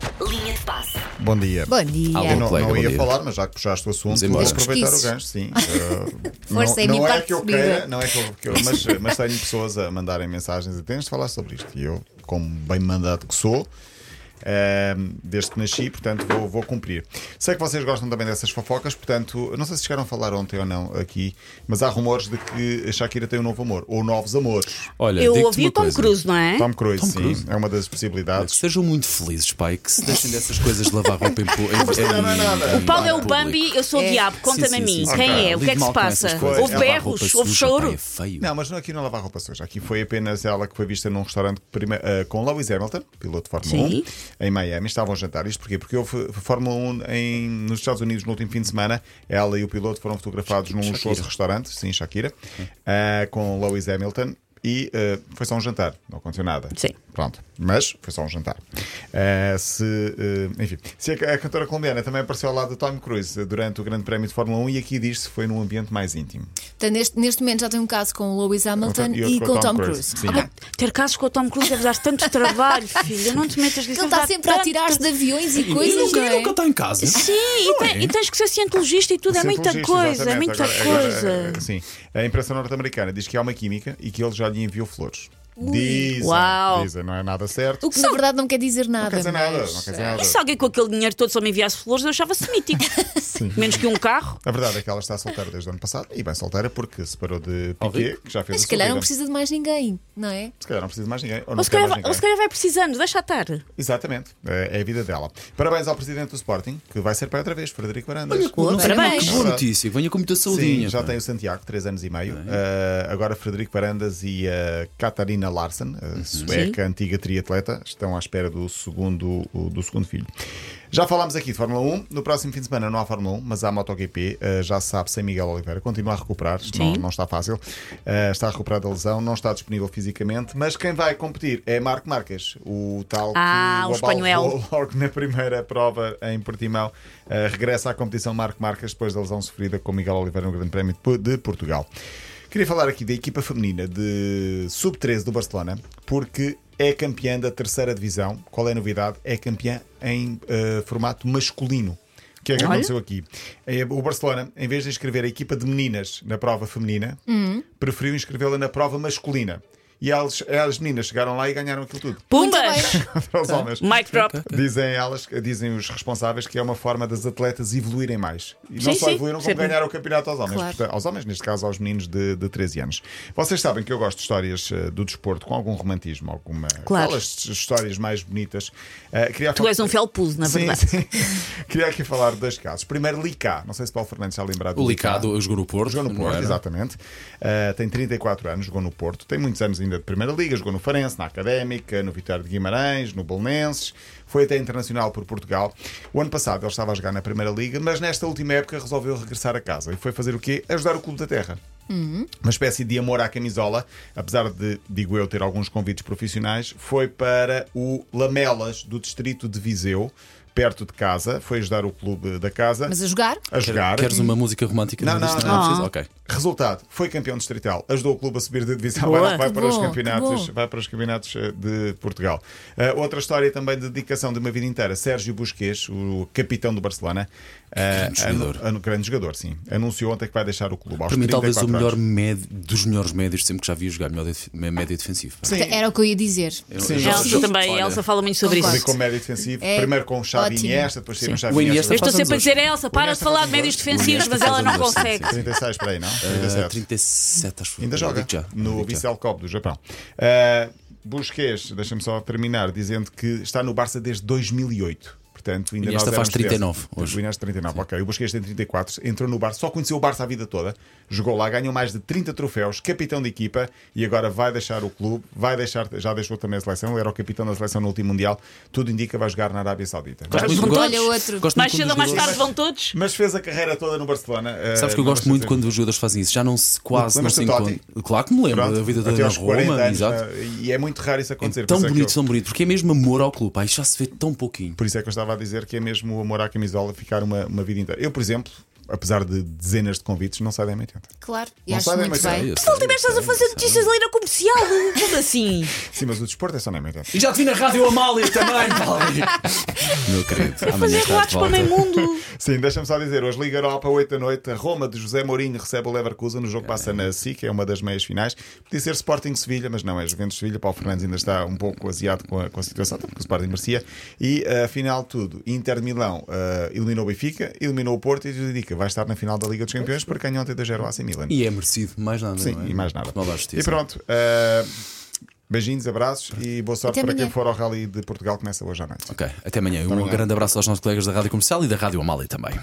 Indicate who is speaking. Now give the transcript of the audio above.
Speaker 1: se passa.
Speaker 2: Bom dia.
Speaker 3: Bom dia.
Speaker 2: Eu
Speaker 4: Algum-
Speaker 2: não,
Speaker 4: colega,
Speaker 2: não
Speaker 4: bom
Speaker 2: ia
Speaker 4: dia.
Speaker 2: falar, mas já que puxaste o assunto,
Speaker 4: Vamos embora.
Speaker 2: vou aproveitar o
Speaker 3: Pesquises.
Speaker 2: gancho, sim. Uh,
Speaker 3: Força, é
Speaker 2: não,
Speaker 3: a
Speaker 2: não
Speaker 3: minha
Speaker 2: é
Speaker 3: parte
Speaker 2: que eu
Speaker 3: preferida.
Speaker 2: queira, não é que eu, que eu- mas, mas tenho pessoas a mandarem mensagens e tens de falar sobre isto. E eu, como bem mandado que sou, ehm, desde que nasci, portanto, vou, vou cumprir. Sei que vocês gostam também dessas fofocas, portanto, eu não sei se chegaram a falar ontem ou não aqui, mas há rumores de que a Shakira tem um novo amor, ou novos amores.
Speaker 4: Olha,
Speaker 1: Eu
Speaker 4: digo-te
Speaker 1: ouvi
Speaker 4: uma
Speaker 1: o Tom
Speaker 4: coisa.
Speaker 1: Cruise, não é?
Speaker 2: Tom Cruise, sim,
Speaker 4: Cruise.
Speaker 2: é uma das possibilidades.
Speaker 4: Sejam muito felizes, pai, que se deixem dessas coisas de lavar roupa em pu- em-
Speaker 2: Mas não, não é
Speaker 4: em-
Speaker 2: nada.
Speaker 4: em
Speaker 2: O
Speaker 1: Paulo é o
Speaker 4: público.
Speaker 1: Bambi, eu sou o
Speaker 3: É.
Speaker 1: diabo.
Speaker 4: Sim,
Speaker 1: Conta-me a
Speaker 4: sim,
Speaker 1: mim.
Speaker 4: sim, sim.
Speaker 1: Quem
Speaker 4: Ok.
Speaker 1: é? O que
Speaker 4: Lido
Speaker 1: é que
Speaker 4: mal
Speaker 1: se
Speaker 4: com
Speaker 1: passa?
Speaker 4: essas coisas.
Speaker 1: Houve
Speaker 2: Lavar
Speaker 4: roupa
Speaker 1: berros? Houve
Speaker 4: suja, pá,
Speaker 1: choro?
Speaker 4: É feio.
Speaker 2: Não, mas não aqui não lavar roupa suja. Aqui foi apenas ela que foi vista num restaurante prime- eh, com Lewis Hamilton, piloto de Fórmula
Speaker 1: Sim.
Speaker 2: 1, em Miami. Estavam a jantar. Isto porquê? Porque houve eh, Fórmula 1 em- nos Estados Unidos no último fim de semana. Ela e o piloto foram fotografados num luxuoso restaurante, sim, Shakira, eh, com Lewis Hamilton. E eh, foi só um jantar, não aconteceu nada.
Speaker 1: Sim.
Speaker 2: Pronto, mas foi só um jantar. Eh, se, eh, enfim, se a, a cantora colombiana também apareceu ao lado de Tom Cruise eh, durante o Grande Prémio de Fórmula 1 e aqui diz-se foi num ambiente mais íntimo.
Speaker 3: Portanto, neste, neste momento já tem um caso com o Lewis Hamilton
Speaker 2: E
Speaker 3: e,
Speaker 2: outro
Speaker 3: com o Tom Cruise.
Speaker 2: Sim.
Speaker 1: Ai, ter casos com o Tom Cruise deve dar tanto trabalho, filho. Não te metas nisso.
Speaker 3: Ele
Speaker 1: deve
Speaker 3: está
Speaker 1: dar
Speaker 3: sempre a
Speaker 1: tanto
Speaker 3: atirar-se de aviões e
Speaker 4: E
Speaker 3: coisas,
Speaker 4: nunca,
Speaker 3: não
Speaker 4: e nunca
Speaker 3: é?
Speaker 4: está em casa.
Speaker 1: Sim, e, tem- e tens que ser cientologista e tudo, é muita
Speaker 2: Cientologista,
Speaker 1: coisa, é
Speaker 2: exatamente.
Speaker 1: muita
Speaker 2: Agora- agora,
Speaker 1: coisa.
Speaker 2: eh, sim. A imprensa norte-americana diz que há uma química e que ele já lhe enviou flores. Dizem,
Speaker 1: Uau.
Speaker 2: dizem, não é nada certo.
Speaker 3: O que na verdade não quer dizer nada.
Speaker 2: Não quer dizer nada,
Speaker 3: mas,
Speaker 2: não quer dizer nada.
Speaker 1: E se alguém com aquele dinheiro todo só me enviasse flores, eu achava-se mítico. Menos que um carro.
Speaker 2: A verdade é que ela está solteira desde o ano passado e bem solteira porque separou de Piquet,
Speaker 4: Óbvio.
Speaker 2: que já fez
Speaker 3: Mas
Speaker 2: a
Speaker 3: se calhar
Speaker 2: sua
Speaker 3: não
Speaker 2: vida.
Speaker 3: precisa de mais ninguém, não é?
Speaker 2: Se calhar não precisa de mais ninguém. Ou
Speaker 1: Ou
Speaker 2: não
Speaker 1: se,
Speaker 2: quer
Speaker 1: calhar,
Speaker 2: mais
Speaker 1: vai-
Speaker 2: ninguém.
Speaker 1: ou se calhar vai precisando, deixa estar.
Speaker 2: Exatamente. É é a vida dela. Parabéns ao presidente do Sporting, que vai ser pai outra vez, Frederico Arandas.
Speaker 4: Não,
Speaker 1: Parabéns.
Speaker 4: Que boa notícia, que venha com muita saudinha. é?
Speaker 2: Sim, já
Speaker 4: pá.
Speaker 2: tem o Santiago, 3 anos e meio. Uh, agora Frederico Varandas e a Catarina Larsen, a sueca, antiga triatleta, estão à espera do segundo, o- do segundo filho. Já falámos aqui de Fórmula 1. No próximo fim de semana não há Fórmula 1, mas há MotoGP. Uh, já se sabe, sem Miguel Oliveira. Continua a recuperar, não, não está fácil. Uh, está a recuperar da lesão, não está disponível fisicamente. Mas quem vai competir é Marco Marques, o tal
Speaker 1: Ah,
Speaker 2: que
Speaker 1: o espanhol.
Speaker 2: abalou logo na primeira prova em Portimão. Uh, regressa à competição Marco Marques depois da lesão sofrida com Miguel Oliveira no Grande Prémio de Po- de Portugal. Queria falar aqui da equipa feminina de Sub-13 do Barcelona, porque é campeã da terceira divisão. Qual é a novidade? É campeã em uh, formato masculino. O que é que aconteceu aqui? Eh, O Barcelona, em vez de inscrever a equipa de meninas na prova feminina, preferiu inscrevê-la na prova masculina. E elas, as meninas chegaram lá e ganharam aquilo tudo.
Speaker 1: Pumbas!
Speaker 2: Para os homens.
Speaker 1: Mic drop.
Speaker 2: Dizem elas, dizem os responsáveis que é uma forma das atletas evoluírem mais. E não
Speaker 1: Sim,
Speaker 2: só
Speaker 1: sim,
Speaker 2: evoluíram como
Speaker 1: sempre.
Speaker 2: ganharam o campeonato aos homens.
Speaker 3: Claro.
Speaker 2: Portanto, aos homens, neste caso, aos meninos de, de 13 anos. Vocês sabem que eu gosto de histórias eh, do desporto com algum romantismo, alguma.
Speaker 1: Claro.
Speaker 2: Aquelas histórias mais bonitas. Eh, queria
Speaker 1: Tu és um felpudo, na
Speaker 2: Sim,
Speaker 1: verdade.
Speaker 2: sim. Queria aqui falar de dois casos. Primeiro, Licá. Não sei se Paulo Fernandes está lembrado
Speaker 4: O Licado jogou no Porto.
Speaker 2: Jogou no
Speaker 4: não
Speaker 2: Porto,
Speaker 4: era?
Speaker 2: exatamente. Uh, tem 34 anos, jogou no Porto. Tem muitos anos ainda de Primeira Liga, jogou no Farense, na Académica, no Vitória de Guimarães, no Bolonenses. Foi até internacional por Portugal. O ano passado ele estava a jogar na Primeira Liga, mas nesta última época resolveu regressar a casa. E foi fazer o quê? Ajudar o Clube da Terra. Uma espécie de amor à camisola, apesar de, digo eu, ter alguns convites profissionais, foi para o Lamelas, do distrito de Viseu, perto de casa. Foi ajudar o clube da casa
Speaker 3: Mas a jogar?
Speaker 2: a jogar.
Speaker 4: Queres uma música romântica?
Speaker 2: Não, não,
Speaker 4: disto?
Speaker 2: não.
Speaker 4: precisa? Ok.
Speaker 2: Resultado, foi campeão distrital, ajudou o clube a subir de divisão,
Speaker 1: Boa.
Speaker 2: vai, vai
Speaker 3: Que
Speaker 2: para
Speaker 3: bom,
Speaker 2: os
Speaker 3: que
Speaker 2: campeonatos,
Speaker 3: bom.
Speaker 2: vai para os campeonatos eh, de Portugal. Eh, outra história também de dedicação de uma vida inteira. Sérgio Busquets, o capitão do Barcelona, eh,
Speaker 4: Grande jogador.
Speaker 2: anu- anu- grande jogador, sim, anunciou ontem que vai deixar o clube. Aos
Speaker 4: Para mim, talvez o
Speaker 2: 34
Speaker 4: melhor
Speaker 2: anos.
Speaker 4: médio, dos melhores médios sempre que já vi jogar, melhor def- médio defensivo. pá.
Speaker 2: Sim.
Speaker 3: Era o que eu ia dizer.
Speaker 4: Eu-
Speaker 2: Sim.
Speaker 4: eu-
Speaker 1: Elsa
Speaker 4: eu-
Speaker 1: também,
Speaker 4: olha,
Speaker 1: Elsa fala muito sobre
Speaker 3: Concordo.
Speaker 2: Fui
Speaker 1: isso.
Speaker 2: com médio defensivo,
Speaker 3: É
Speaker 2: primeiro com o Xavi
Speaker 3: ótimo.
Speaker 2: Iniesta, depois saíram
Speaker 4: Sim.
Speaker 2: o Xavi
Speaker 4: O Iniesta
Speaker 1: Eu estou
Speaker 4: Passamos
Speaker 1: sempre a
Speaker 4: hoje.
Speaker 1: dizer, Elsa, para de
Speaker 2: Nesta
Speaker 1: falar de
Speaker 2: fazemos
Speaker 1: médios
Speaker 2: hoje.
Speaker 1: defensivos, mas
Speaker 4: Nesta
Speaker 1: ela não
Speaker 4: fazemos hoje,
Speaker 1: consegue.
Speaker 4: sim, sim.
Speaker 2: 36 para aí, não? 37.
Speaker 4: Ah, 37, acho que
Speaker 2: Ainda joga
Speaker 4: Já.
Speaker 2: no
Speaker 4: Digo já.
Speaker 2: Vicel Cup do Japão. Uh, Busquets, deixa-me só terminar dizendo que está no Barça desde 2008. Portanto, ainda
Speaker 4: Iniesta
Speaker 2: nós
Speaker 4: faz
Speaker 2: éramos
Speaker 4: 39
Speaker 2: dez.
Speaker 4: hoje.
Speaker 2: O Iniesta 39, ok. O Busquets tem 34, entrou no Barça, só conheceu o Barça a vida toda, jogou lá, ganhou mais de 30 troféus, capitão de equipa e agora vai deixar o clube, vai deixar, já deixou também a seleção, ele era o capitão da seleção no último Mundial, tudo indica que vai jogar na Arábia Saudita.
Speaker 4: Gosto
Speaker 2: Mas,
Speaker 4: muito-
Speaker 1: Vão
Speaker 4: gosto-
Speaker 3: Olha, outro.
Speaker 4: gosto
Speaker 1: Mais
Speaker 4: muito
Speaker 1: cedo ou
Speaker 4: quando
Speaker 1: mais
Speaker 4: os
Speaker 1: tarde
Speaker 4: jogadores-
Speaker 1: vão todos?
Speaker 2: mas fez a carreira toda no Barcelona. Uh,
Speaker 4: Sabes que eu
Speaker 2: não
Speaker 4: gosto
Speaker 2: deixa
Speaker 4: muito
Speaker 2: de-
Speaker 4: quando os jogadores fazem isso. Já não se quase não
Speaker 2: Lembras-te
Speaker 4: se
Speaker 2: do
Speaker 4: encontram.
Speaker 2: Totti?
Speaker 4: Claro que me lembro
Speaker 2: Pronto,
Speaker 4: da vida
Speaker 2: até
Speaker 4: da
Speaker 2: aos 40
Speaker 4: Roma,
Speaker 2: anos,
Speaker 4: exato.
Speaker 2: uh, e é muito raro isso acontecer.
Speaker 4: Tão
Speaker 2: por isso é que
Speaker 4: bonito,
Speaker 2: eu-
Speaker 4: tão bonito, porque é mesmo amor ao clube, pá, isto já se vê tão pouquinho.
Speaker 2: Por isso é que eu estava a dizer que é mesmo o amor à camisola ficar uma, uma vida inteira. Eu, por exemplo, apesar de dezenas de convites, não sai da M80.
Speaker 3: Claro, e
Speaker 2: Não
Speaker 3: acho
Speaker 2: sabem,
Speaker 3: muito
Speaker 2: mas é
Speaker 3: bem.
Speaker 4: Eu
Speaker 1: Tu
Speaker 4: sei,
Speaker 1: não tiveste estás a
Speaker 4: sei,
Speaker 1: fazer
Speaker 4: sei.
Speaker 1: notícias ali na comercial? Como assim?
Speaker 2: Sim, mas o desporto é só na M80.
Speaker 5: E já te vi na rádio Amália também, Paulo.
Speaker 4: Meu querido, amanhã
Speaker 1: Fazer
Speaker 4: estás
Speaker 1: relatos
Speaker 4: de
Speaker 1: para o
Speaker 4: volta.
Speaker 1: meio mundo.
Speaker 2: Sim, deixa-me só dizer, hoje Liga Europa, 8 da noite, a Roma de José Mourinho recebe o Leverkusen, no jogo passa na SIC, é uma das meias finais. Podia ser Sporting Sevilha, mas não, é Juventus Sevilha. Paulo Fernandes ainda está um pouco aziado com a, com a situação, até porque o Sporting merecia. E, eh, afinal de tudo, Inter de Milão eh, eliminou o Benfica, eliminou o Porto e judica, vai estar na final da Liga dos Campeões, para ganhou ontem 2-0 ao AC Milan.
Speaker 4: E é merecido, mais nada.
Speaker 2: Sim,
Speaker 4: não é?
Speaker 2: e mais nada.
Speaker 4: Não dá
Speaker 2: e
Speaker 4: justiça.
Speaker 2: pronto. eh, beijinhos, abraços e boa sorte
Speaker 3: Até
Speaker 2: para
Speaker 3: amanhã.
Speaker 2: quem for ao Rally de Portugal. Começa hoje à noite.
Speaker 4: Ok, até amanhã. Um grande abraço aos nossos colegas da Rádio Comercial e da Rádio Amália também.